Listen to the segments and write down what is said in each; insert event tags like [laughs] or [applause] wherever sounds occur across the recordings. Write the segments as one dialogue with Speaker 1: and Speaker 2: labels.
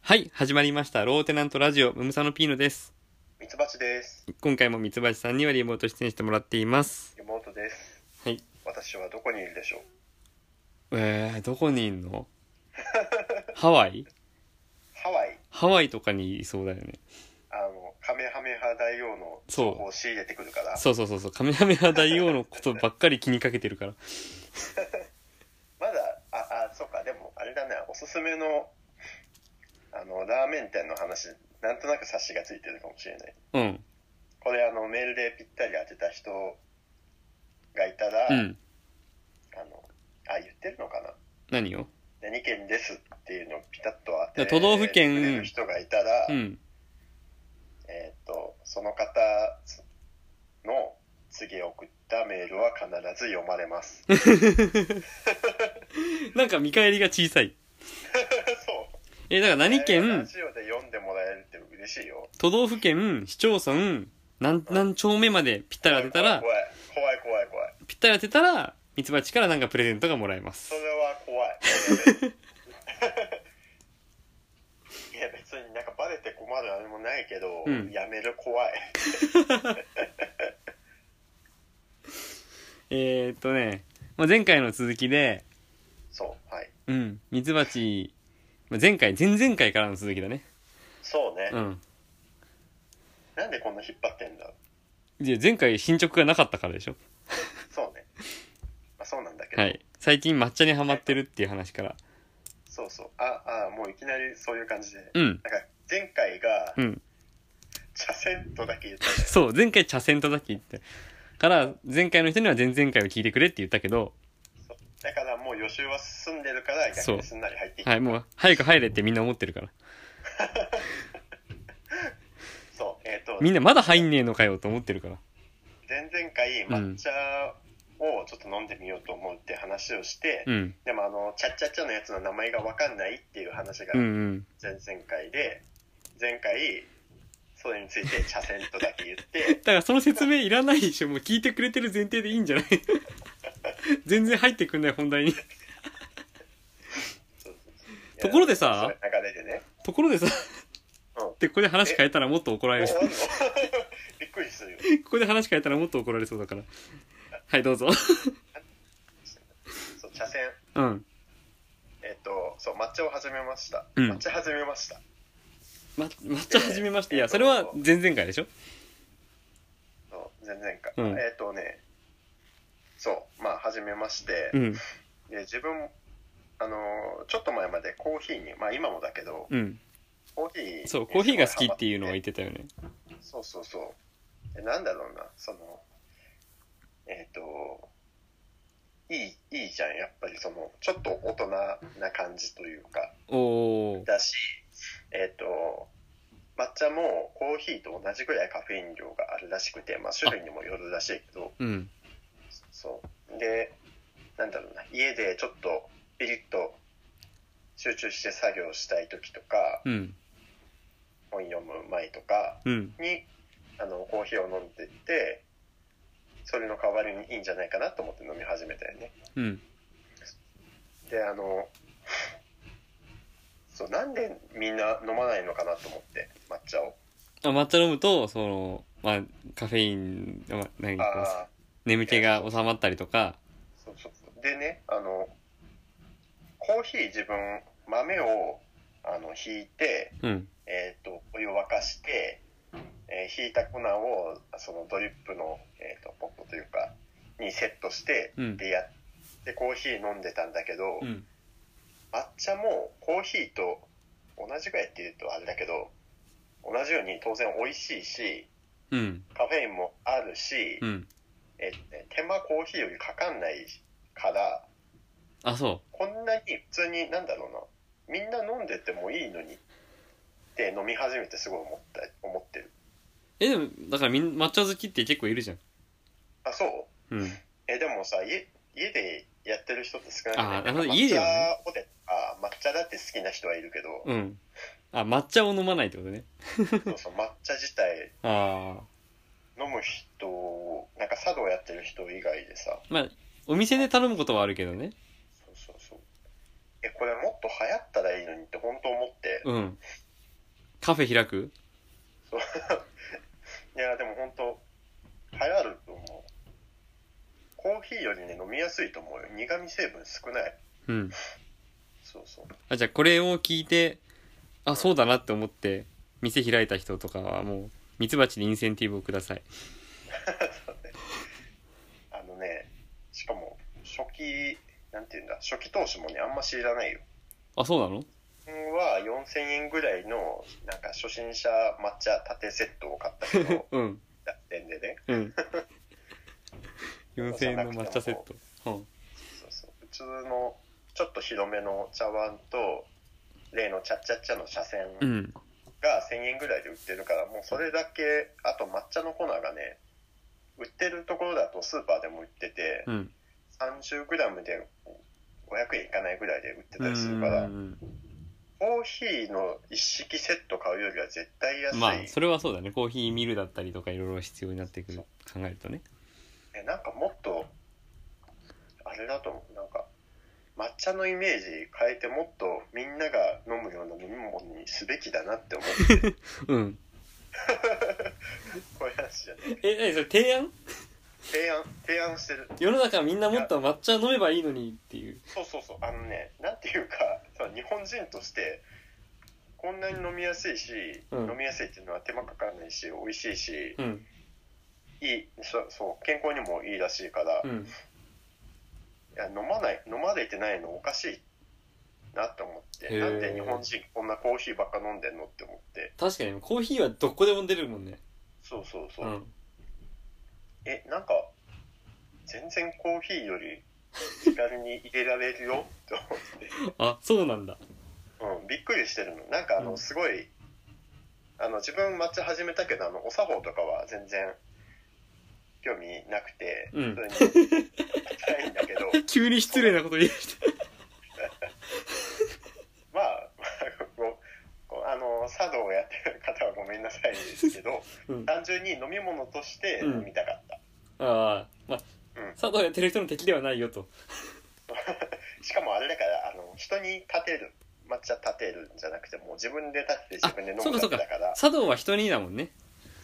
Speaker 1: はい、始まりました。ローテナントラジオ、ムムサノピーノです。
Speaker 2: ミツバチです。
Speaker 1: 今回も三橋さんにはリモート出演してもらっています。
Speaker 2: 妹です。
Speaker 1: はい。
Speaker 2: 私はどこにいるでしょう。
Speaker 1: えー、どこにいん
Speaker 2: [laughs]
Speaker 1: のハワイ
Speaker 2: ハワイ、
Speaker 1: ハワイとかにいそうだよね。
Speaker 2: あの、カメハメハ大王の
Speaker 1: そう
Speaker 2: 情報を仕入れてくるから、
Speaker 1: そうそうそうそう、カメハメハ大王のことばっかり気にかけてるから。
Speaker 2: まだ、あ、あ、そうか、でも、あれだね、おすすめの、あの、ラーメン店の話、なんとなく冊子がついてるかもしれない。
Speaker 1: うん。
Speaker 2: これ、あの、メールでぴったり当てた人がいたら、
Speaker 1: うん。
Speaker 2: あの、あ、言ってるのかな。
Speaker 1: 何よ
Speaker 2: 何県ですっていうのをピタッと当て
Speaker 1: 都道府県
Speaker 2: くれる人がいたら、
Speaker 1: うん。
Speaker 2: えっ、と、その方の次送ったメールは必ず読まれます。そう。
Speaker 1: なんか見返りが小さい。え、だから何
Speaker 2: ラ
Speaker 1: 県、
Speaker 2: ジオで読んでもらえるって嬉しいよ。
Speaker 1: 都道府県、市町村、何、何丁目までぴったり当てたら、
Speaker 2: 怖い怖い怖い怖い怖い。
Speaker 1: ぴったり当てたら、ミツバチからなんかプレゼントがもらえます
Speaker 2: それ。は怖い。
Speaker 1: [laughs]
Speaker 2: いや別になんかバレて困るあれもないけど、
Speaker 1: うん
Speaker 2: やめる怖い。
Speaker 1: えー、っとね、まあ、前回の続きで、
Speaker 2: そう、はい。
Speaker 1: うん、ミツバチ、まあ、前回、前々回からの続きだね。
Speaker 2: そうね、
Speaker 1: うん。
Speaker 2: なんでこんな引っ張ってんだ
Speaker 1: いや前回進捗がなかったからでしょ
Speaker 2: そうね。まあそうなんだけど。
Speaker 1: はい。最近抹茶にハマってるっていう話から。
Speaker 2: そうそう。あ、あ、もういきなりそういう感じで。
Speaker 1: うん。
Speaker 2: なんか前回が
Speaker 1: うん。
Speaker 2: 茶せんとだけ言ったじゃん
Speaker 1: そう、前回茶せんとだけ言って。から、前回の人には前々回を聞いてくれって言ったけど、
Speaker 2: だからもう予習は進んでるから逆にすんなり入っていく
Speaker 1: はい、もう、早く入れってみんな思ってるから。
Speaker 2: そうえっ、と
Speaker 1: みんなまだ入んねえのかよと思ってるから。
Speaker 2: 前々回
Speaker 1: うん
Speaker 2: 抹茶をちょっと飲んでみようと思うって話をして、
Speaker 1: うん。
Speaker 2: でもあのチャッチャッチャのやつの名前が分かんないっていう話が
Speaker 1: うんう
Speaker 2: 前
Speaker 1: ん。
Speaker 2: 々回で、前回それについて茶せんとだけ言って [laughs]
Speaker 1: だからその説明いらないでしょ。もう聞いてくれてる前提でいいんじ [laughs] ゃない全然入ってくんない本題に。
Speaker 2: そうそうそう
Speaker 1: ところでさ
Speaker 2: そういう流れでね
Speaker 1: ところでさ、
Speaker 2: [laughs] うん
Speaker 1: で、ここで話変えたらもっと怒られ
Speaker 2: もう
Speaker 1: る
Speaker 2: 終。わるのびっくりするよ
Speaker 1: ここで話変えたらもっと怒られそうだから。はい、どうぞ。
Speaker 2: そう茶せん
Speaker 1: うん。
Speaker 2: えっ、とそう抹茶を始めました、
Speaker 1: うん
Speaker 2: 抹茶始めました
Speaker 1: ま、抹茶始めまして。いや、それは前々回でしょ
Speaker 2: そう前々回、
Speaker 1: うん
Speaker 2: えっ、とねそうまあ始めまして、
Speaker 1: うん。
Speaker 2: で自分あのーちょっと前までコーヒーにまあ今もだけど
Speaker 1: うん。
Speaker 2: コーヒーに
Speaker 1: そう、コーヒーが好きっていうのは言っ
Speaker 2: ハ
Speaker 1: てたよね。
Speaker 2: マってそうそうそうでなんだろうなそのえっ、といいいいじゃんやっぱりそのちょっと大人な感じというか
Speaker 1: おー。
Speaker 2: だしえっ、と抹茶もコーヒーと同じぐらいカフェイン量があるらしくて、まあ、種類にもよるらしいけど
Speaker 1: うん。
Speaker 2: そう。で、なんだろうな、家でちょっとピリッと集中して作業したい時とか、
Speaker 1: うん。
Speaker 2: 本読む前とか
Speaker 1: うん。
Speaker 2: に、あの、コーヒーを飲んでって、それの代わりにいいんじゃないかなと思って飲み始めたよね。
Speaker 1: うん。
Speaker 2: で、あの、そう、なんでみんな飲まないのかなと思って、抹茶を。
Speaker 1: あ抹茶飲むと、その、まあ、カフェイン、まあ、何こう
Speaker 2: ああ、
Speaker 1: 眠気が収まったりとか、
Speaker 2: そうそうそう。でね、あの、コーヒー自分、豆を、あの、ひいて、
Speaker 1: うん。
Speaker 2: えー、とお湯を沸かして、えー引いた粉をそのドリップの、えー、とポットというかにセットして、
Speaker 1: うん
Speaker 2: でやってコーヒー飲んでたんだけど、
Speaker 1: うん。
Speaker 2: 抹茶もコーヒーと同じぐらいっていうとあれだけど同じように当然美味しいし
Speaker 1: うん。
Speaker 2: カフェインもあるし、
Speaker 1: うん。
Speaker 2: えーえー手間コーヒーよりかかんないから
Speaker 1: あ、そ
Speaker 2: こんなに普通になんだろうなみんな飲んでてもいいのにって飲み始めてすごい思った思ってる。
Speaker 1: う。え、でも、だからみん、抹茶好きって結構いるじゃん。
Speaker 2: あそう
Speaker 1: うん。
Speaker 2: えでもさ家家でやってる人って少ない
Speaker 1: あー
Speaker 2: なん
Speaker 1: な
Speaker 2: か
Speaker 1: るほど家ではね
Speaker 2: 抹茶をであー抹茶だって好きな人はいる
Speaker 1: [laughs]
Speaker 2: けど、
Speaker 1: うん。あ、抹茶を飲まないってことね。
Speaker 2: そうそう抹茶自体
Speaker 1: ああ。
Speaker 2: 飲む人なんか茶道やってる人以外でさ
Speaker 1: まあ、お店で頼むことはあるけどね。
Speaker 2: そうそうそうえこれもっと流行ったらいいのにって本当思って、
Speaker 1: うん。カフェ開く
Speaker 2: そういや、でも本当流行ると思う。コーヒーよりね、飲みやすいと思うよ。苦味成分少ない。
Speaker 1: うん。
Speaker 2: そうそう。
Speaker 1: あ、じゃあこれを聞いて、あ、そうだなって思って、店開いた人とかはもう、ミツバチにインセンティブをください。
Speaker 2: あのね、しかも、初期、なんていうんだ、初期投資もね、あんま知らないよ。
Speaker 1: あ、そうなの、
Speaker 2: は4000円ぐらいの、なんか初心者抹茶ラテセットを買ったけど
Speaker 1: [laughs] うん。
Speaker 2: 楽天でね。
Speaker 1: うん。4000円の抹茶セット。うん。
Speaker 2: そうそう。普通の、ちょっと広めの茶碗と、例のチャッチャッチャの茶筅
Speaker 1: うん。
Speaker 2: が1000円ぐらいで売ってるから、もうそれだけ、あと抹茶の粉がね、売ってるところだとスーパーでも売ってて、
Speaker 1: うん。
Speaker 2: 30g で500円いかないぐらいで売って
Speaker 1: う
Speaker 2: たりするから、
Speaker 1: ん。
Speaker 2: コーヒーの一式セット買うよりは絶対安い。
Speaker 1: まあ、それはそうだね。コーヒーミルだったりとかいろいろ必要になってくる。考えるとね。
Speaker 2: えなんかもっと、あれだと思う。なんか、抹茶のイメージ変えてもっとみんなが飲むような飲み物にすべきだなって思う。
Speaker 1: [laughs] うん。
Speaker 2: こういう話じゃない。
Speaker 1: え、なにそれ提案
Speaker 2: 提案、提案してる。
Speaker 1: 世の中みんなもっと抹茶飲めばいいのにっていう。
Speaker 2: そうそうそう、あのね、なんていうか、その日本人として、こんなに飲みやすいし、
Speaker 1: うん
Speaker 2: 飲みやすいっていうのは手間かからないし、美味しいし、
Speaker 1: うん。
Speaker 2: いいそう、そう、健康にもいいらしいから、
Speaker 1: う
Speaker 2: い
Speaker 1: ん。
Speaker 2: や飲まない、飲まれてないのおかしいなって思っ
Speaker 1: へ
Speaker 2: て、
Speaker 1: ー
Speaker 2: なんで日本人こんなコーヒーばっか飲んでんのって思って、
Speaker 1: 確かに、コーヒーはどこでも出るもんね。
Speaker 2: そうそうそうう、
Speaker 1: ん。
Speaker 2: え、なんか、全然コーヒーより気軽に入れられるよって思って。
Speaker 1: あ、そうなんだ。 [laughs]
Speaker 2: うん、びっくりしてるの。なんかあ
Speaker 1: う
Speaker 2: の、
Speaker 1: ん
Speaker 2: すごい、あの、自分抹茶始めたけど、あの、お作法とかは全然、興味なくて、
Speaker 1: うん
Speaker 2: 普通に、ないんだけど、
Speaker 1: 急に失礼なこと言い出した。
Speaker 2: まあ、まあごごあの、茶道をやってる方はごめんなさいですけど、
Speaker 1: [laughs] うん。
Speaker 2: 単純に飲み物として飲みたかった。
Speaker 1: ああ、まあ
Speaker 2: うん、
Speaker 1: 佐藤やってる人の敵ではないよと。
Speaker 2: しかもあれだから、あの、人に立てる、抹茶立てるんじゃなくて、もう自分で立って自分で飲
Speaker 1: あそう
Speaker 2: む
Speaker 1: か
Speaker 2: だ
Speaker 1: そうか
Speaker 2: けだから、
Speaker 1: 佐藤は人にだもんね。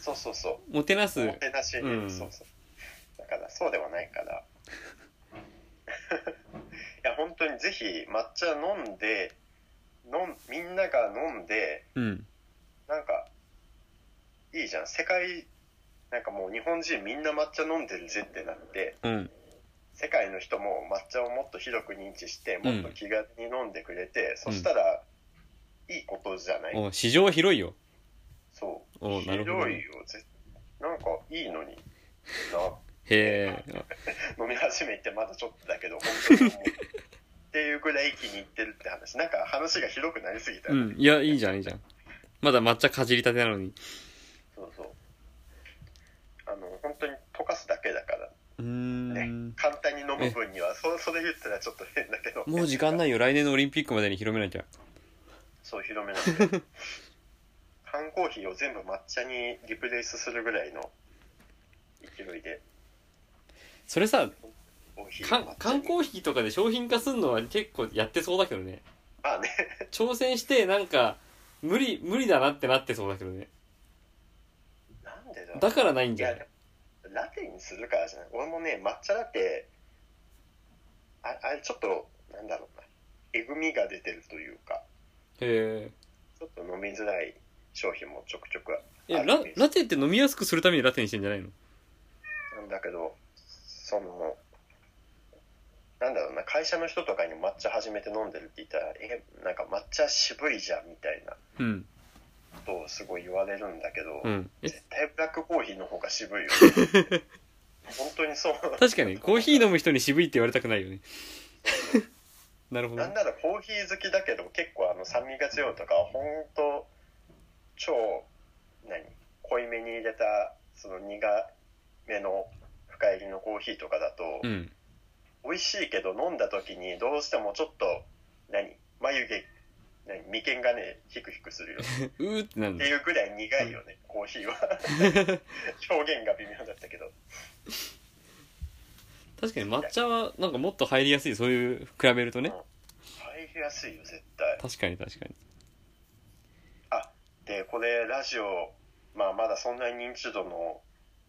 Speaker 2: そうそうそう。
Speaker 1: もてなす
Speaker 2: おも。てなし、
Speaker 1: うん
Speaker 2: そうそうだからそうではないから [laughs] いや本当にぜひ抹茶飲んで飲んみんなが飲んで
Speaker 1: うん。
Speaker 2: なんかいいじゃん世界なんかもう日本人みんな抹茶飲んでるぜってなって
Speaker 1: うん。
Speaker 2: 世界の人も抹茶をもっと広く認知して
Speaker 1: う
Speaker 2: も
Speaker 1: ん
Speaker 2: っと気軽に飲んでくれて、そしたらいいことじゃない、
Speaker 1: お市場は広いよ。
Speaker 2: そう
Speaker 1: おなる
Speaker 2: 広
Speaker 1: ほど
Speaker 2: いよぜなんかいいのにな
Speaker 1: へえ。
Speaker 2: 飲み始めてまだちょっとだけど、本当
Speaker 1: [laughs]
Speaker 2: にもうっていうぐらい気に入ってるって話。なんか話が広くなりすぎた
Speaker 1: う
Speaker 2: よ、
Speaker 1: ん。いや、いいじゃん、いいじゃん。まだ抹茶かじりたてなのに。
Speaker 2: そうそう。あの、本当に溶かすだけだから、
Speaker 1: うーん。
Speaker 2: 簡単に飲む分には、そそれ言ったらちょっと変だけど。。
Speaker 1: もう時間ないいよ。来年のオリンピックまでに広めなきゃ。
Speaker 2: そう、広めなんで。 [laughs] 缶コーヒーを全部抹茶にリプレイスするぐらいの勢いで、
Speaker 1: それさ、
Speaker 2: コーヒーを抹茶
Speaker 1: か
Speaker 2: に
Speaker 1: 缶コーヒーとかで商品化すんのは結構やってそうだけどね。
Speaker 2: まあね、
Speaker 1: 挑戦して、なんか、無理、無理だなってなってそうだけどね。
Speaker 2: なんでだろう
Speaker 1: だからないん
Speaker 2: い
Speaker 1: じゃ
Speaker 2: や
Speaker 1: ない、
Speaker 2: ラテにするからじゃない。俺もね、抹茶ラテ、ああれちょっと、なんだろうな、えぐみが出てるというか、
Speaker 1: へ
Speaker 2: ちょっと飲みづらい商品もちょくちょく
Speaker 1: え。え、
Speaker 2: ある
Speaker 1: ラ
Speaker 2: んです
Speaker 1: ラテって飲みやすくするためにラテにしてんじゃないの
Speaker 2: なんだけど、その、なんだろうな、会社の人とかに抹茶始めて飲んでるって言ったら、え、なんか抹茶渋いじゃんみたいな
Speaker 1: うん。
Speaker 2: ことをすごい言われるんだけど、
Speaker 1: うん。え、
Speaker 2: 絶対ブラックコーヒーの方が渋いよ。
Speaker 1: [laughs]
Speaker 2: 本当にそう。
Speaker 1: 確かに、コーヒー飲む人に渋いって言われたくないよね。 [laughs] なるほど
Speaker 2: なん。ならコーヒー好きだけど結構あの酸味が強いとか本当超何濃いめに入れたその苦めの深入りのコーヒーとかだ
Speaker 1: う
Speaker 2: と
Speaker 1: ん。
Speaker 2: 美味しいけど飲んだ時にどうしてもちょっと何眉毛何眉間がねヒクヒクするよ
Speaker 1: [laughs]
Speaker 2: っ
Speaker 1: うーってなるん
Speaker 2: て
Speaker 1: だ。
Speaker 2: いうぐらい苦いよねコーヒー
Speaker 1: [laughs]
Speaker 2: は表現が微妙だったけど
Speaker 1: 確かに抹茶はなんかもっと入りやすい、そういう、比べるとね。
Speaker 2: 入りやすいよ絶対
Speaker 1: 確かに確かに。
Speaker 2: あでで、これ、ラジオ、まあ、まだそんなに認知度の、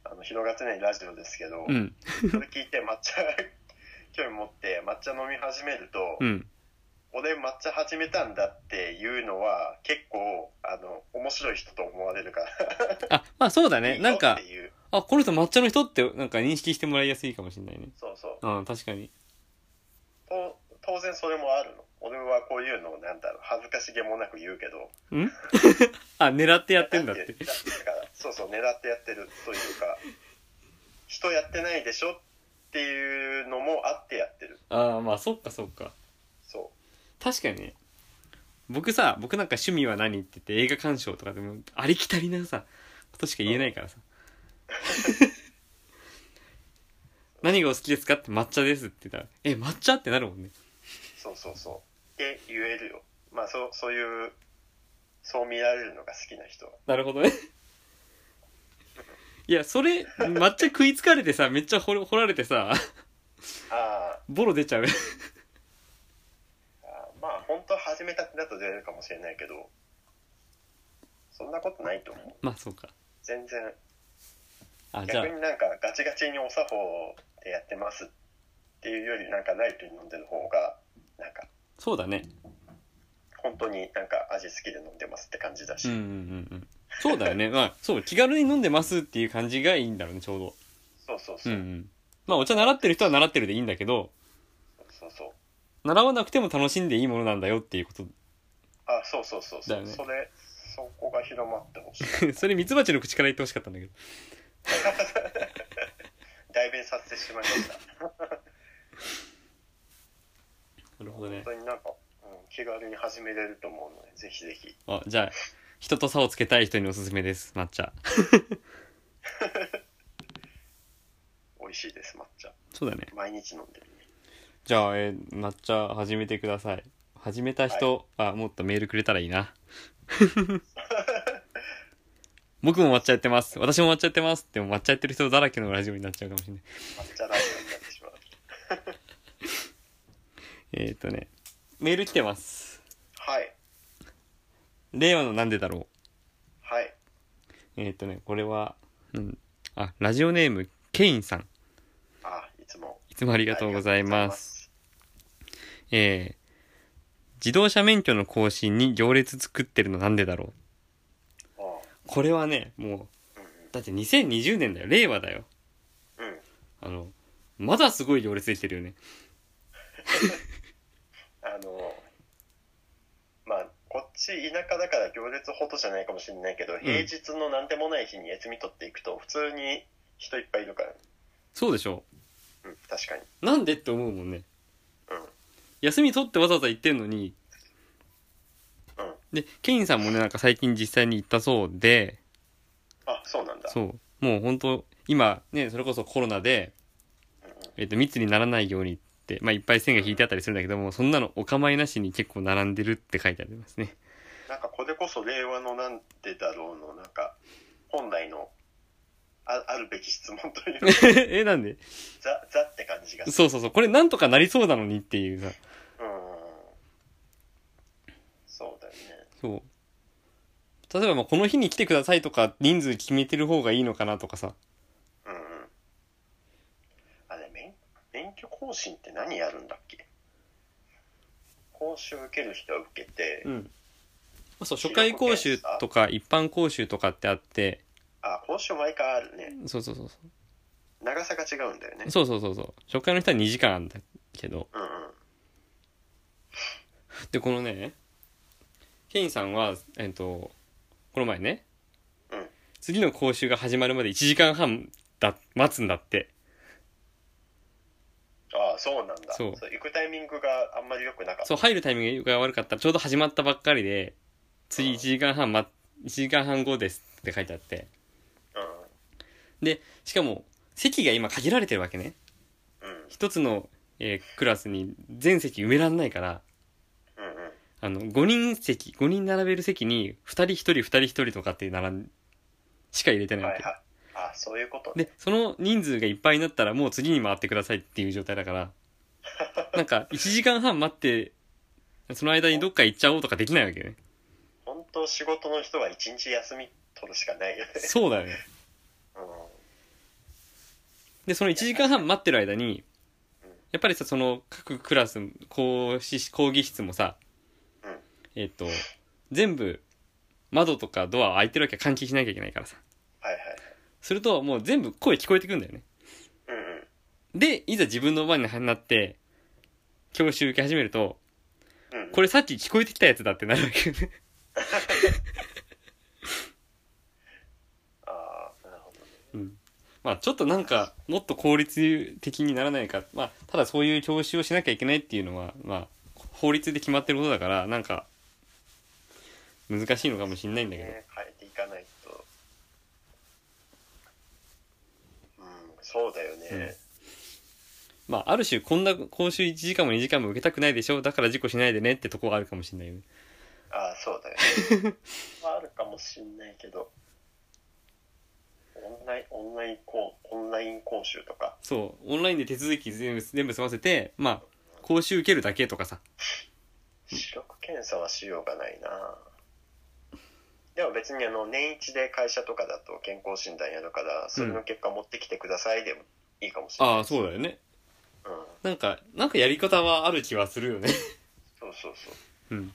Speaker 2: あの、広がってないラジオですけど、
Speaker 1: うん
Speaker 2: それ聞いて抹茶、興味持って抹茶飲み始めると、
Speaker 1: うん
Speaker 2: 俺抹茶始めたんだっていうのは、結構、あの、面白い人と思われるから、
Speaker 1: あまあそうだね
Speaker 2: いいよ
Speaker 1: なんか
Speaker 2: っていう
Speaker 1: あこの人抹茶の人ってなんか認識してもらいやすいかもしれないね
Speaker 2: そうそう。
Speaker 1: うん確かに
Speaker 2: と当然それもあるの。俺はこういうのを、なんだろう、恥ずかしげもなく言うけど、
Speaker 1: んあ狙ってやってんだって
Speaker 2: だからそうそう狙ってやってるというか人やってないでしょっていうのもあってやってる
Speaker 1: ああまあそっかそっか
Speaker 2: そ
Speaker 1: 確かにね僕さ僕なんか趣味は何って言って映画鑑賞とかでもありきたりなさことしか言えないから [laughs] さ何がお好きですかって抹茶ですって言ったらえ抹茶ってなるもんね
Speaker 2: うそうそうそうって言えるよまあそうそういうそう見られるのが好きな人は
Speaker 1: なるほどねいやそれ抹茶食いつかれてさめっちゃ掘る掘られてさ
Speaker 2: あ
Speaker 1: ボロ出ちゃう
Speaker 2: ーあーまあ本当は始めたてだと出るかもしれないけどそんなことないと思う
Speaker 1: まあそうか
Speaker 2: 全然
Speaker 1: あじゃあ
Speaker 2: 逆になんかガチガチにお作法でやってますっていうよりなんかライトに飲んでる方がなんか
Speaker 1: そうだね
Speaker 2: 本当になんか味好きで飲んでますって感じだし、
Speaker 1: うんうんうんうんそうだよねまあそう気軽に飲んでますっていう感じがいいんだろうねちょうど
Speaker 2: そうそう
Speaker 1: う
Speaker 2: そ
Speaker 1: ん
Speaker 2: う、
Speaker 1: うんまあお茶習ってる人は習ってるでいいんだけど
Speaker 2: そうそう
Speaker 1: 習わなくても楽しんでいいものなんだよっていうこと [laughs]
Speaker 2: あそうそうそうそ
Speaker 1: だ
Speaker 2: う、
Speaker 1: よね
Speaker 2: それそこが広まってほしい
Speaker 1: それミツバチの口から言ってほしかったんだけど
Speaker 2: 代弁させてしまいました
Speaker 1: なるほど
Speaker 2: 本
Speaker 1: ね
Speaker 2: 当になんか、うん、気軽に始めれると思うのでぜひぜひ
Speaker 1: あじゃあ人と差をつけたい人におすすめです抹茶
Speaker 2: 美味しいです抹茶
Speaker 1: そうだね
Speaker 2: 毎日飲んでるね
Speaker 1: じゃあ、えー抹茶始めてください始めた人、あもっとメールくれたらいい [laughs] な僕も抹茶やってます私も抹茶やってますでも抹茶やってる人だらけのラジオになっちゃうかもしれない
Speaker 2: 抹茶ラーメンになってしまう
Speaker 1: えーっ、とねメール来てます
Speaker 2: はい
Speaker 1: 令和のなんでだろう
Speaker 2: はい
Speaker 1: えーっ、とねこれは、うん、あラジオネームケインさん
Speaker 2: あいつも
Speaker 1: いつもあり
Speaker 2: あ
Speaker 1: がとうござい
Speaker 2: りがとうござい
Speaker 1: ま
Speaker 2: ますす
Speaker 1: えー自動車免許の更新に行列作ってるのなんでだろうこれはねも
Speaker 2: あー
Speaker 1: うだって2020年だよ令和だよ
Speaker 2: うんうんうん
Speaker 1: あのまだすごい行列できてるよね
Speaker 2: あのまあこっち田舎だから行列ほどじゃないかもしれないけど、平日の何でもない日に休み取っていくと普通に人いっぱいいるから、
Speaker 1: そうでしょ
Speaker 2: うん、確かに
Speaker 1: なんでって思うもんね
Speaker 2: う
Speaker 1: 休み取ってわざわざ行ってんのに
Speaker 2: んうん
Speaker 1: でケインさんもねなんか最近実際に行ったそうで
Speaker 2: あそうなんだ
Speaker 1: そうもう本当今ねそれこそコロナで、
Speaker 2: うんうん
Speaker 1: えっと密にならないようにって、まあ、いっぱい線が引いてあったりするんだけどもそんなのお構いなしに結構並んでるって書いてあります [laughs] ね
Speaker 2: なんかこれこそ令和のなんでだろうのなんか本来のああるべき質問
Speaker 1: [laughs]
Speaker 2: という
Speaker 1: えなんで
Speaker 2: ザザって感じがする
Speaker 1: そうそうそうこれなんとかなりそうなのにっていうさ
Speaker 2: うんうんうんそうだよね
Speaker 1: そう例えばまあこの日に来てくださいとか人数決めてる方がいいのかなとかさ
Speaker 2: うんうんあれ免免許更新って何やるんだっけ講習受ける人は受けて、
Speaker 1: うんそう初回講習とか一般講習とかってあって
Speaker 2: あ講習毎回あるね
Speaker 1: そうそうそうそ
Speaker 2: 長さが違うんだよね
Speaker 1: うそうそうそうそう初回の人は2時間あるんだけど
Speaker 2: うんうん
Speaker 1: でこのねケインさんはえっとこの前ね、
Speaker 2: うん
Speaker 1: 次の講習が始まるまで1時間半だ待つんだって
Speaker 2: ああそうなんだ
Speaker 1: そう
Speaker 2: 行くタイミングがあんまり良くなかった
Speaker 1: そう入るタイミングが悪かったらちょうど始まったばっかりで次1時間半待1時間半後ですって書いてあって
Speaker 2: う
Speaker 1: しかも席が今限られてるわけね
Speaker 2: んうん
Speaker 1: 一つの、えークラスに全席埋めらんないから
Speaker 2: うんうん
Speaker 1: あの5人席5人並べる席に2人1人2人1人とかって並んしか入れてない
Speaker 2: は
Speaker 1: わ
Speaker 2: い
Speaker 1: け、
Speaker 2: はいあそういうことね
Speaker 1: でその人数がいっぱいになったらもう次に回ってくださいっていう状態だ [laughs] からなんか1時間半待ってその間にどっか行っちゃおうとかできないわけよね
Speaker 2: 本当仕事の人は一日休み取るしかないよね。
Speaker 1: そうだよね。
Speaker 2: うん。うん。
Speaker 1: で、その1時間半待ってる間に、やっぱりさ、その各クラス、講師、講義室もさ、
Speaker 2: うん
Speaker 1: えっ、と、全部窓とかドア開いてるわけは換気しなきゃいけないからさ。
Speaker 2: はいはい。
Speaker 1: するともう全部声聞こえてくんだよね。
Speaker 2: うんうん。
Speaker 1: で、いざ自分の番になって、教習受け始めると、
Speaker 2: うん、
Speaker 1: これさっき聞こえてきたやつだってなるわけよね。
Speaker 2: ああ、なるほどね。
Speaker 1: うん。まあちょっとなんか、もっと効率的にならないか。まあ、ただそういう教習をしなきゃいけないっていうのは、まあ、法律で決まってることだから、なんか、難しいのかもしんないんだけど。
Speaker 2: ね変えていかないと。うん、そうだよね。
Speaker 1: まあ、ある種、こんな講習1時間も2時間も受けたくないでしょだから事故しないでねってとこはあるかもしんないよね。
Speaker 2: ああ、そうだよ
Speaker 1: [laughs]
Speaker 2: ね。あるかもしんないけど。オンライン、オンライン講、オンライン講習とか。
Speaker 1: そう、オンラインで手続き全部、全部済ませて、まあ、講習受けるだけとかさ。
Speaker 2: 視力検査はしようがないなでも別にあの年一で会社とかだと健康診断やるからそれの結果持ってきてくださいでもいいかもしれない、
Speaker 1: ああ、そうだよね。
Speaker 2: うん
Speaker 1: なんか、なんかやり方はある気はするよね。
Speaker 2: そうそうそ
Speaker 1: う
Speaker 2: う
Speaker 1: ん。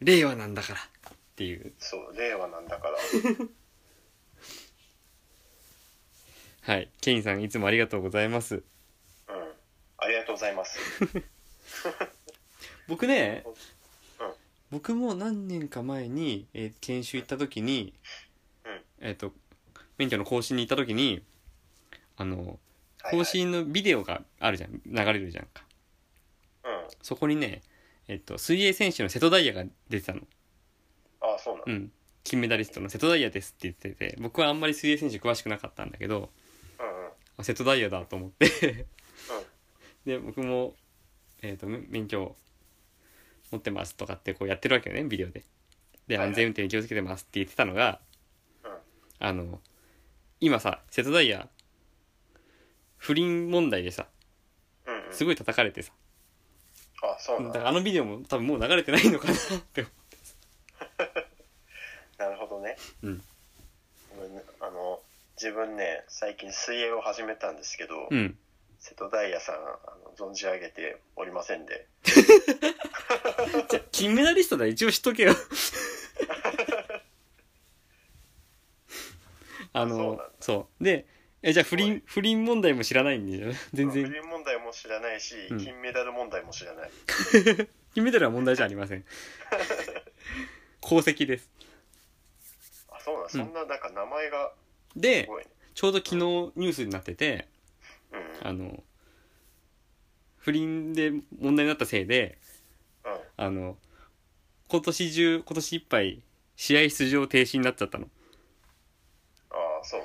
Speaker 1: 令和なんだから。っていう。
Speaker 2: そう令和なんだから
Speaker 1: はい。ケインさん、いつもありがとうございます。
Speaker 2: うんありがとうございます
Speaker 1: 僕ね
Speaker 2: うん、
Speaker 1: 僕も何年か前に、えー研修行った時に、
Speaker 2: うん
Speaker 1: えっ、と、免許の更新に行った時に、あの、
Speaker 2: はい
Speaker 1: 更
Speaker 2: はい
Speaker 1: 新のビデオがあるじゃん。流れるじゃんか。
Speaker 2: うん
Speaker 1: そこにね、えっ、と、水泳選手の瀬戸大也が出てたの。
Speaker 2: ああそうなの、
Speaker 1: うん。金メダリストの瀬戸大也ですって言ってて、僕はあんまり水泳選手詳しくなかったんだけど、
Speaker 2: うんうん
Speaker 1: あ瀬戸大也だと思ってで僕も、えー、とめ免許持ってますとかってこうやってるわけよねビデオでで
Speaker 2: はいはい
Speaker 1: 安全運転に気をつけてますって言ってたのが
Speaker 2: うん
Speaker 1: あの今さ瀬戸大也不倫問題でさ
Speaker 2: うんうん
Speaker 1: すごい叩かれてさ、
Speaker 2: ああそう
Speaker 1: だ
Speaker 2: なの
Speaker 1: からあのビデオも多分もう流れてないのかなって思
Speaker 2: なるほどね
Speaker 1: ううん
Speaker 2: うんあの自分ね最近水泳を始めたんですけど、
Speaker 1: うん
Speaker 2: 瀬戸大也さんあの存じ上げておりませんで
Speaker 1: じゃあ金メダリストだ一応知っと
Speaker 2: [laughs]
Speaker 1: けよあ
Speaker 2: そうな
Speaker 1: の
Speaker 2: んだ
Speaker 1: そうでえじゃあ不倫不倫問題も知らないんでしょ全然
Speaker 2: 不倫問題も知らないし、
Speaker 1: うん
Speaker 2: 金メダル問題も知らない。
Speaker 1: 金メダルは問題じゃあり
Speaker 2: [laughs]
Speaker 1: ません功績です
Speaker 2: あ、そうなん、そんな、なんか名前がす
Speaker 1: で
Speaker 2: ごいね。
Speaker 1: ちょうど昨日ニュースになってて
Speaker 2: うん。
Speaker 1: あの不倫で問題になったせいで
Speaker 2: うん。
Speaker 1: あの今年中今年いっぱい試合出場停止になっちゃったの
Speaker 2: ああ、そう。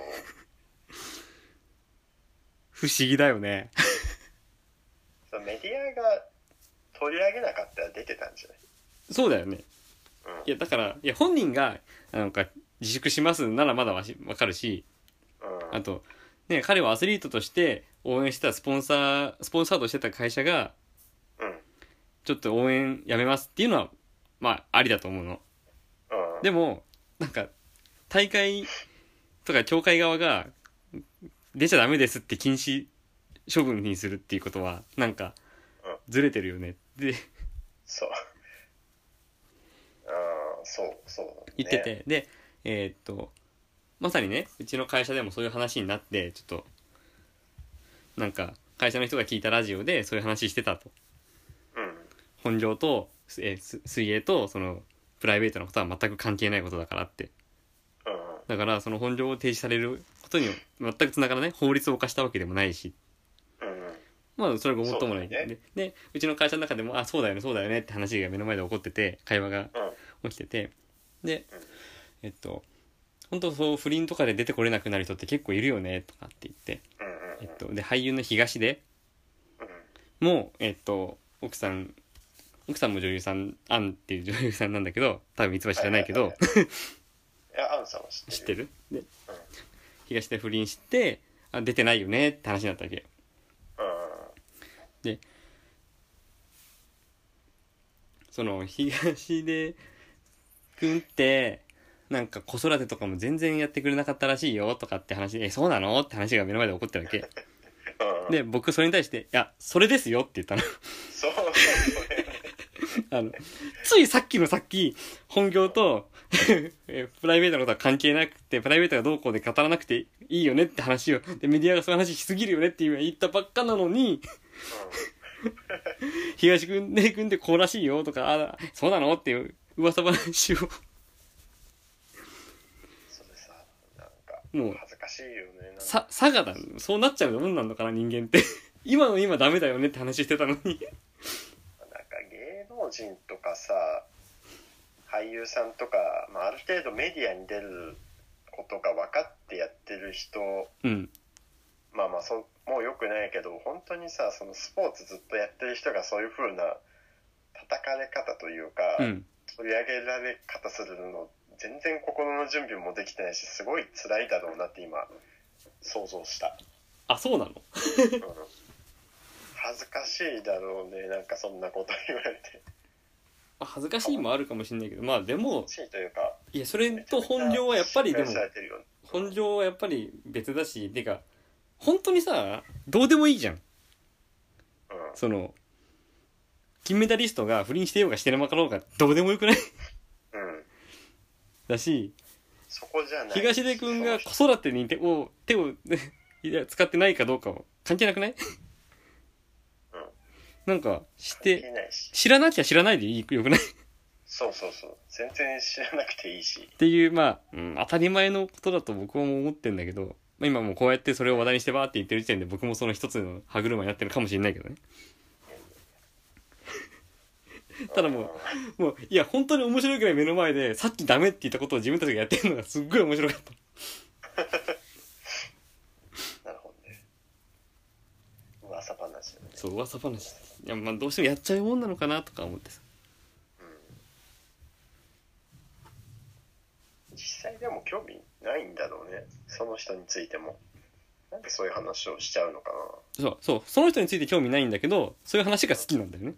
Speaker 1: 不思議だよね
Speaker 2: そのメディアが取り上げなかったら出てたんじゃない
Speaker 1: そうだよね
Speaker 2: うん。
Speaker 1: いやだからいや本人がなんか自粛しますならまだわしわかるし
Speaker 2: うん。
Speaker 1: あと、ね、彼はアスリートとして応援してたスポンサースポンサードしてた会社が
Speaker 2: うん。うん。
Speaker 1: ちょっと応援やめますっていうのは、まあ、ありだと思うの。でも、なんか、大会とか協会側が、出ちゃダメですって禁止処分にするっていうことは、なんか
Speaker 2: うん、
Speaker 1: ずれてるよねって
Speaker 2: そう。ああ、そう、そう、ね。
Speaker 1: 言ってて、で、えーっと、まさにね、うちの会社でもそういう話になって、ちょっと、なんか、会社の人が聞いたラジオでそういう話してたと。
Speaker 2: うん。
Speaker 1: 本業と、えーす水泳と、その、プライベートのことは全く関係ないことだからって。
Speaker 2: うん。
Speaker 1: だからその本条を停止されることに全くつながらない法律を犯したわけでもないし
Speaker 2: うん。うん。
Speaker 1: まあそれはごもっともない
Speaker 2: そうだよ
Speaker 1: で
Speaker 2: ね
Speaker 1: でうちの会社の中でも「あそうだよねそうだよね」って話が目の前で起こってて会話が
Speaker 2: うん。
Speaker 1: 起きててで
Speaker 2: うん
Speaker 1: えっと本当そう不倫とかで出てこれなくなる人って結構いるよねとかって言って、
Speaker 2: うん。うん。
Speaker 1: えっと、で俳優の東出もえっと奥さん奥さんも女優さんアンっていう女優さんなんだけど多分いつは知らないけど、
Speaker 2: はいいや、アンさんは知ってる。
Speaker 1: 知ってるで東出不倫してあ出てないよねって話になったわけ
Speaker 2: うん。うん。
Speaker 1: その東出くんって、なんか子育てとかも全然やってくれなかったらしいよとかって話で、え、そうなのって話が目の前で起こってるわけ。
Speaker 2: うん、
Speaker 1: で、僕それに対して、いや、それですよって言ったの。 [laughs]
Speaker 2: そうそうそうね
Speaker 1: あの、ついさっきのさっき、本業と、 [laughs] えプライベートのことは関係なくて、プライベートがどうこうで語らなくていいよねって話を、で、メディアがそういう話しすぎるよねって今言ったばっかなのに、東くんねくんってこうらしいよとか、あ、そうなのっていう噂話を、
Speaker 2: うん、それさなんか
Speaker 1: もう
Speaker 2: 恥ずかしいよねなんか
Speaker 1: さ、佐賀だ。そうなっちゃうもんなんのかな、人間って。 [laughs] 今の今ダメだよねって話してたのに。
Speaker 2: なんか芸能人とかさ俳優さんとか、まあ、ある程度メディアに出ることが分かってやってる人
Speaker 1: うん。
Speaker 2: まあまあそもう良くないけど本当にさそのスポーツずっとやってる人がそういう風な叩かれ方というか、
Speaker 1: うん。
Speaker 2: 取り上げられ方するの全然心の準備もできてないしすごい辛いだろうなって今想
Speaker 1: [laughs]
Speaker 2: 像した、
Speaker 1: あ、そうなの
Speaker 2: うん恥ずかしいだろうねなんかそんなこと言われて
Speaker 1: まあ恥ずかしいもあるかもしれないけど、まあでも
Speaker 2: 欲、しいというか
Speaker 1: いや、それと本業はやっぱりでも
Speaker 2: 信、頼されてるよね
Speaker 1: 本業はやっぱり別だし、てか、本当にさ、どうでもいいじゃん。
Speaker 2: うん
Speaker 1: その、金メダリストが不倫してようがしてなかろうがどうでもよくない
Speaker 2: うん、
Speaker 1: だし、
Speaker 2: そこじゃない
Speaker 1: 東出くんが子育てに手を、手を、 [laughs] ね、いや使ってないかどうかを関係なくないなんか、し
Speaker 2: で
Speaker 1: て、
Speaker 2: きないし
Speaker 1: 知らなきゃ知らないでいいよくないっ
Speaker 2: そうそうそう全然知らなくていいし、
Speaker 1: ていう、まあ、うん当たり前のことだと僕はもう思ってんだけど、まあ今もうこうやってそれを話題にしてバーって言ってる時点で僕もその一つの歯車になってるかもしれないけどね。 [laughs] ただもうんもう、いや、本当に面白いくらい目の前で、さっきダメって言ったことを自分たちがやってるのがすっごい面白かった。
Speaker 2: なるほどね噂話だね
Speaker 1: そう、噂話。いや、まあ、どうしてもやっちゃうもんなのかなとか思ってさ。
Speaker 2: 実際でも興味ないんだろうねその人についてもなんでそういう話をしちゃうのか
Speaker 1: そう、そう、その人について興味ないんだけど、そういう話が好きなんだよね。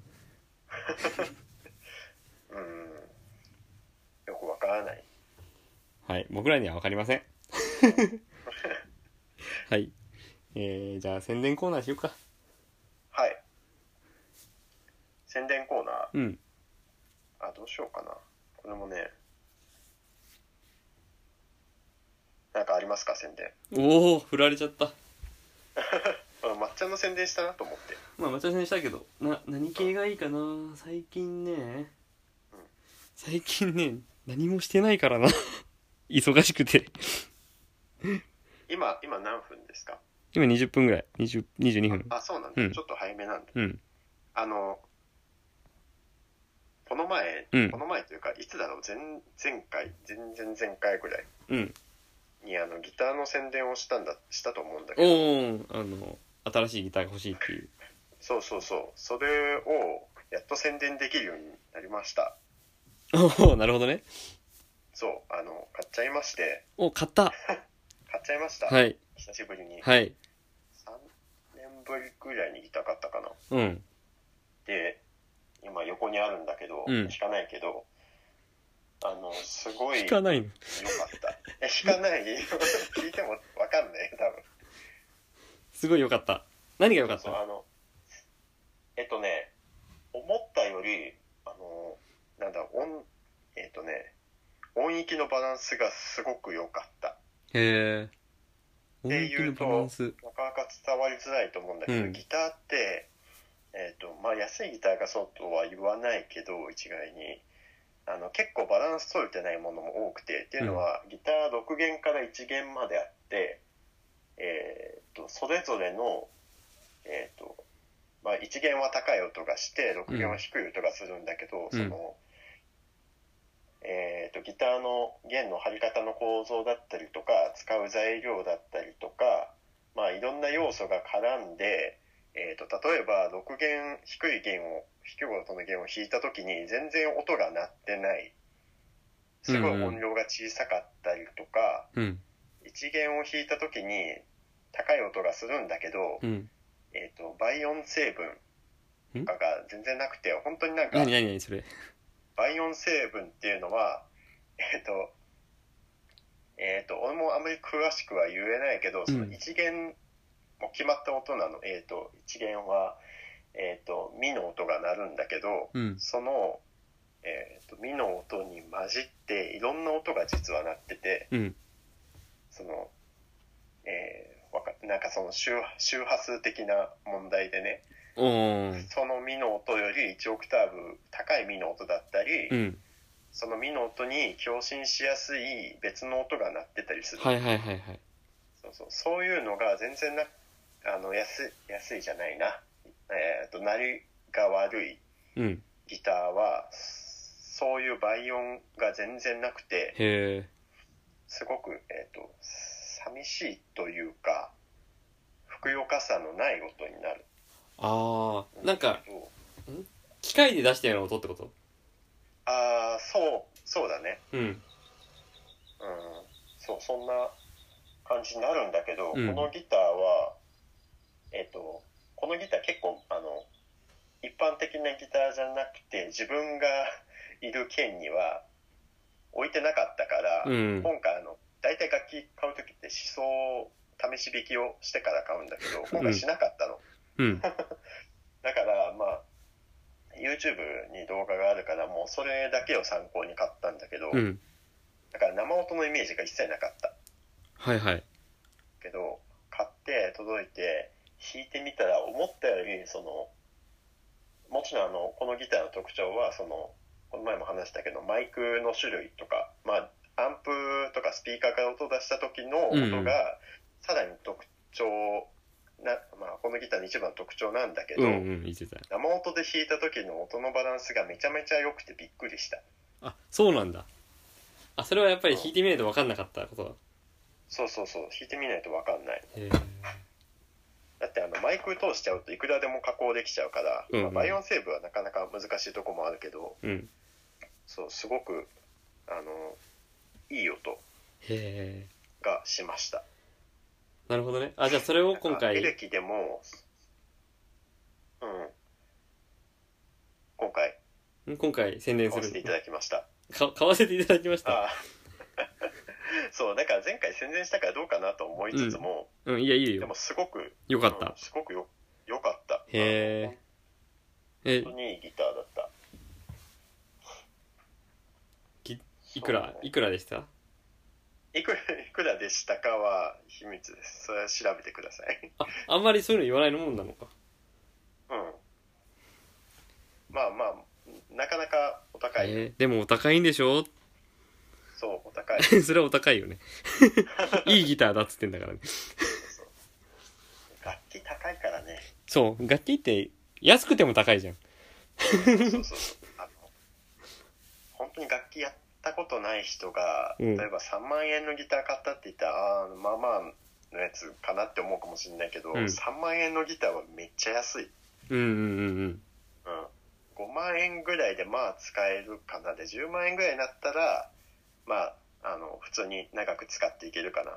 Speaker 2: なうんよくわからない
Speaker 1: はい、僕らにはわかりません。 [laughs] はい。えー、じゃあ宣伝コーナーしようか。
Speaker 2: はい宣伝コーナー
Speaker 1: うん。
Speaker 2: あどうしようかなこれもねなんかありますか宣伝
Speaker 1: おお振られちゃった。
Speaker 2: あ抹茶の宣伝したなと思って
Speaker 1: まあ、私にしたけど、な、何系がいいかな最近ね。最近ね、何もしてないからな。 [laughs] 忙しくて。
Speaker 2: 今今何分ですか
Speaker 1: 今20分ぐらい。20、22分。
Speaker 2: あそうなんだ、
Speaker 1: うん
Speaker 2: ちょっと早めなんだ
Speaker 1: うん。
Speaker 2: あのこの前、
Speaker 1: うん
Speaker 2: この前というかいつだろう前前回前々前回ぐらい
Speaker 1: うん。
Speaker 2: にあのギターの宣伝をしたんだしたと思うんだ
Speaker 1: お
Speaker 2: けど
Speaker 1: ー、あの、新しいギターが欲しいっていう。
Speaker 2: そうそうそうそれをやっと宣伝できるようになりました
Speaker 1: おー、なるほどね。
Speaker 2: そうあの買っちゃいまして
Speaker 1: お、買った。
Speaker 2: 買っちゃいました、
Speaker 1: はい。
Speaker 2: 久しぶりに、
Speaker 1: はい。
Speaker 2: 3年ぶりぐらいにギター買ったかな
Speaker 1: うん。
Speaker 2: で今横にあるんだけど、
Speaker 1: うん
Speaker 2: 弾かないけどあのすごい
Speaker 1: 弾かないの。
Speaker 2: よかった。え、弾かない聞いてもわかんない多分。
Speaker 1: すごい良かった。何が良かっ
Speaker 2: そう、
Speaker 1: た
Speaker 2: あの、えっとね、思ったより、あの、なんだ、音、えっとね、音域のバランスがすごく良かった。
Speaker 1: へー。
Speaker 2: て
Speaker 1: 音
Speaker 2: い
Speaker 1: 域
Speaker 2: う
Speaker 1: の
Speaker 2: と
Speaker 1: バランス。
Speaker 2: なかなか伝わりづらいと思うんだけど、
Speaker 1: うん
Speaker 2: ギターって、えっと、まあ、安いギターがそうとは言わないけど、一概に。あの結構バランス取れてないものも多くてっていうのは、ギター6弦から1弦まであって、えー、とそれぞれの、えーとまあ、1弦は高い音がして6弦は低い音がするんだけど、
Speaker 1: うん
Speaker 2: そのえー、とギターの弦の張り方の構造だったりとか使う材料だったりとか、まあ、いろんな要素が絡んで、えー、と例えば6弦低い弦を低い音の弦を弾いた時に全然音が鳴ってないすごい音量が小さかったりとか。
Speaker 1: うん。
Speaker 2: 一弦を弾いた時に高い音がするんだけど、
Speaker 1: うん。
Speaker 2: えっ、と、倍音成分とかが全然なくて、本当になんか
Speaker 1: 何、何何それ。
Speaker 2: 倍音成分っていうのは、えっと、えっと、俺もあんまり詳しくは言えないけど、その
Speaker 1: うん
Speaker 2: 一弦、もう決まった音なの、えっと、一弦は、えっと、ミの音が鳴るんだけど、
Speaker 1: うん。
Speaker 2: その、えっと、ミの音に混じって、いろんな音が実は鳴ってて、
Speaker 1: うん。
Speaker 2: その、えー、わかなんかその周周波数的な問題でね、
Speaker 1: おー。
Speaker 2: そのミの音より1オクターブ高いミの音だったり、
Speaker 1: うん。
Speaker 2: そのミの音に共振しやすい別の音が鳴ってたりする、
Speaker 1: はいはいはいはい。
Speaker 2: そうそうそういうのが全然なあの安い安いじゃないな、えー、と鳴りが悪い
Speaker 1: うん。
Speaker 2: ギターはそういう倍音が全然なくて
Speaker 1: へ
Speaker 2: すごく、えー、と寂しいというかふくよかさのない音になる
Speaker 1: ー。あー。なんか、
Speaker 2: そう
Speaker 1: 機械で出したような音ってこと
Speaker 2: ああそうそうだね
Speaker 1: うん。
Speaker 2: うんそう、そんな感じになるんだけど、
Speaker 1: うん
Speaker 2: このギターは、えっ、と、このギター結構、あの、一般的なギターじゃなくて、自分がいる県には置いてなかったから、
Speaker 1: うん。
Speaker 2: 今回あの、大体楽器買う時って思想試し弾きをしてから買うんだけど、今回しなかったの。
Speaker 1: うん。
Speaker 2: だから、まあ、YouTube に動画があるから、もうそれだけを参考に買ったんだけど、
Speaker 1: うん。
Speaker 2: だから生音のイメージが一切なかった。
Speaker 1: はいはい。
Speaker 2: けど買って届いて弾いてみたら思ったよりそのもちろんあのこのギターの特徴はそのこの前も話したけどマイクの種類とか、まあ、アンプとかスピーカーから音を出した時
Speaker 1: う
Speaker 2: の
Speaker 1: んう
Speaker 2: 音
Speaker 1: ん
Speaker 2: がさらに特徴な、まあ、このギターの一番の特徴なんだけど、
Speaker 1: うんうん。言ってた。
Speaker 2: 生音で弾いた時の音のバランスがめちゃめちゃ良くてびっくりした
Speaker 1: あ、そうなんだ。あ、それはやっぱり弾いてみないと分かんなかったことだ。
Speaker 2: そうそうそう弾いてみないと分かんない
Speaker 1: へ
Speaker 2: だってあのマイク通しちゃうといくらでも加工できちゃうから、
Speaker 1: うんうん
Speaker 2: まあバイオンセーブはなかなか難しいとこもあるけど
Speaker 1: え。うん。
Speaker 2: そうすごくあのいい音
Speaker 1: へえ。
Speaker 2: がしました
Speaker 1: なるほどね。あ、じゃあそれを今
Speaker 2: なんかエレ
Speaker 1: 回、
Speaker 2: キでもうん今回
Speaker 1: ん今回宣伝
Speaker 2: 買
Speaker 1: す
Speaker 2: わせていた
Speaker 1: る。
Speaker 2: だきました
Speaker 1: か買わせていただきました。
Speaker 2: ああ [laughs] そうだから前回宣伝したからどうかなと思いつつも、
Speaker 1: うん、いや、いい
Speaker 2: で
Speaker 1: よ
Speaker 2: も。すごく
Speaker 1: よかった
Speaker 2: うん。すごくよよかった
Speaker 1: へええ
Speaker 2: 本、当にいいギターだった
Speaker 1: きいくら、いくらでした
Speaker 2: いくらいくらでしたかは秘密です。それは調べてください。 [laughs]
Speaker 1: あ、あんまりそういうの言わないもんなのか。
Speaker 2: うん。まあまあ、なかなかお高い。
Speaker 1: えーでもお高いんでしょ
Speaker 2: そう、お高い。
Speaker 1: [laughs] それはお高いよね。いいギターだっつってんだからね。
Speaker 2: 楽器高いから
Speaker 1: [laughs]
Speaker 2: ね。
Speaker 1: そう、楽器って安くても高いじゃん。
Speaker 2: そうそうそう。あの、本当に楽器やったことない人が、
Speaker 1: うん
Speaker 2: 例えば3万円のギター買ったって言ったら、あーまあまあのやつかなって思うかもしれないけど、
Speaker 1: うん
Speaker 2: 3万円のギターはめっちゃ安い。
Speaker 1: うんうんうんうん。
Speaker 2: うん、5万円ぐらいでまあ使えるかなで10万円ぐらいになったらまああの普通に長く使っていけるかな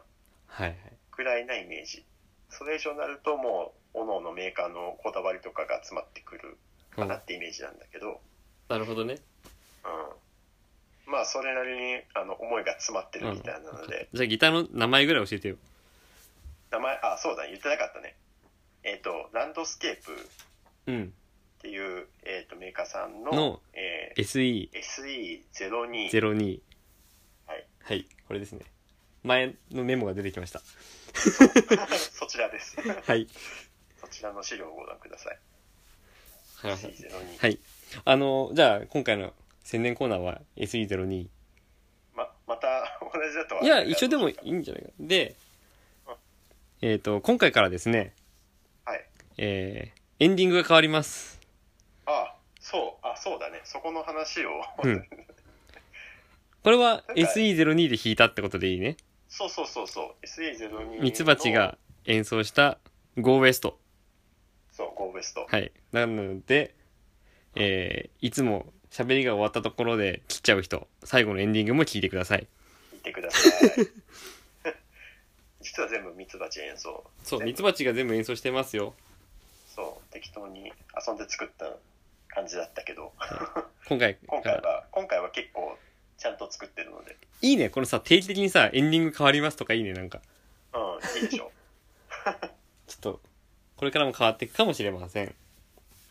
Speaker 1: はいはい。
Speaker 2: ぐらいなイメージそれ以上になるともう各々メーカーのこだわりとかが詰まってくる
Speaker 1: う
Speaker 2: か
Speaker 1: ん
Speaker 2: なってイメージなんだけど、
Speaker 1: なるほどね。
Speaker 2: うん、まあそれなりにあの思いが詰まってるみたいなので、
Speaker 1: じゃあギターの名前ぐらい教えてよ。
Speaker 2: 名前あそうだ言ってなかったねえっ、とランドスケープっ
Speaker 1: うん。
Speaker 2: ていう、えー、とメーカーさんの
Speaker 1: の
Speaker 2: え
Speaker 1: SE02。
Speaker 2: ー SE02 はい
Speaker 1: はい、これですね。前のメモが出てきました。
Speaker 2: [laughs] そちらです。
Speaker 1: はい。
Speaker 2: そちらの資料をご覧ください。
Speaker 1: わかりました
Speaker 2: C02
Speaker 1: はい。あの、じゃあ今回の宣伝コーナーは SE02。
Speaker 2: ま、また同じだとはい
Speaker 1: や、一緒でもいいんじゃないか。で
Speaker 2: うん、
Speaker 1: えっ、と、今回からですね、
Speaker 2: はい。
Speaker 1: えー、エンディングが変わります。
Speaker 2: あそう、あ、そうだね。そこの話を。 [laughs]
Speaker 1: うんこれは
Speaker 2: なんか
Speaker 1: SE02 で弾いたってことでいいね。
Speaker 2: そうそうそうそう。SE02 の。
Speaker 1: ミツバチ。が演奏した「Go West
Speaker 2: そう、ゴーベスト」。
Speaker 1: はいなので、えーいつも喋りが終わったところで切っちゃう人最後のエンディングも聞いてください
Speaker 2: 見てください。 [laughs] 実は全部ミツバチ演奏。
Speaker 1: そう
Speaker 2: 全部
Speaker 1: ミツバチが全部演奏してますよ
Speaker 2: そう、適当に遊んで作った感じだったけど、
Speaker 1: 今回か
Speaker 2: 今回
Speaker 1: ら
Speaker 2: は、今回は結構ちゃんと作ってるので。
Speaker 1: いいね、このさ、定期的にさ、エンディング変わりますとかいいね、なんか。
Speaker 2: うん、いいでしょ
Speaker 1: ちょっと、これからも変わっていくかもしれません。
Speaker 2: う。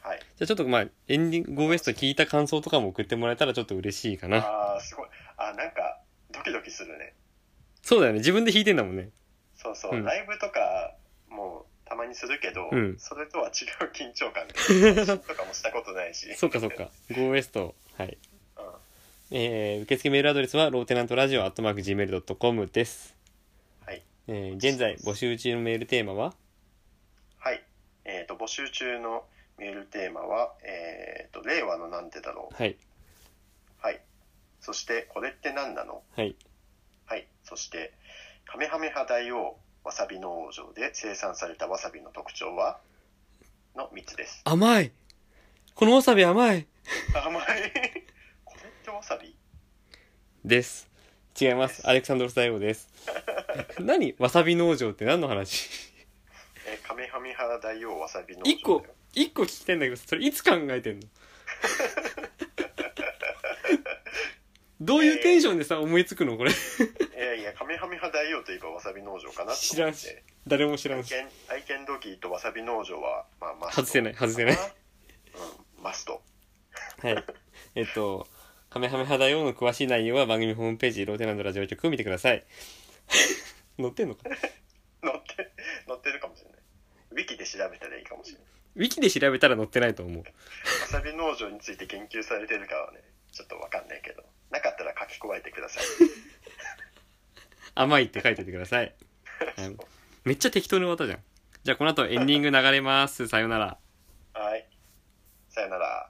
Speaker 2: はい。
Speaker 1: じゃあちょっとまあ、エンディング、ゴーウエスト聞いた感想とかも送ってもらえたらちょっと嬉しいかな。
Speaker 2: ああ、すごい。あーなんか、ドキドキするね。
Speaker 1: そうだよね、自分で弾いてんだもんね。
Speaker 2: そうそう、
Speaker 1: うん
Speaker 2: ライブとかもたまにするけど、
Speaker 1: うん
Speaker 2: それとは違う緊
Speaker 1: [laughs]
Speaker 2: 張感練習とかもしたことないし
Speaker 1: そっかそっか、ゴーウエスト、はい。
Speaker 2: うん、
Speaker 1: えー、受付メールアドレスは、ローテナントラジオ、アットマーク、gmail.com です。
Speaker 2: はい、
Speaker 1: えー、現在募集中のメールテーマは、
Speaker 2: はいえー、と募集中のメールテーマは「えー、と令和のなんてだろう
Speaker 1: はい、」
Speaker 2: はいそして「これって何なの?
Speaker 1: はい、」
Speaker 2: はいそして「カメハメハ大王わさび農場で生産されたわさびの特徴は?」の3つです
Speaker 1: 甘いこのわさび甘い
Speaker 2: 甘い [laughs] これってわさび
Speaker 1: です。違います。アレクサンドロス大王 [laughs] です。何わさび農場って何の話
Speaker 2: えーカメハメハ大王わさび農場
Speaker 1: 一個、一個聞きたいんだけど、それいつ考え [laughs] てんのどういうテンションでさ、思いつくのこれ。
Speaker 2: いやいや、カメハメハ大王といえばわさび農場かなと思って。
Speaker 1: 知らんし。誰も知ら
Speaker 2: 愛
Speaker 1: んし。
Speaker 2: 犬、愛犬ドギーとわさび農場は、まあ、マスト。
Speaker 1: 外せない、外せない。
Speaker 2: うん、マスト。
Speaker 1: はい。えっと、カメハメハ大王の詳しい内容は番組ホームページ、ローテナントラジオ局を見てください。 [laughs] 載ってんのか
Speaker 2: 乗って、乗ってるかもしれない。ウィキで調べたらいいかもしれない。
Speaker 1: ウィキで調べたら載ってないと思う。
Speaker 2: わさび農場について研究されてるかはね、ちょっとわかんないけど。なかったら書き加えてください。
Speaker 1: [laughs] 甘いって書いておいてください。はいめっちゃ適当に終わったじゃん。じゃあこの後エンディング流れます。さようなら。
Speaker 2: はい。さよなら。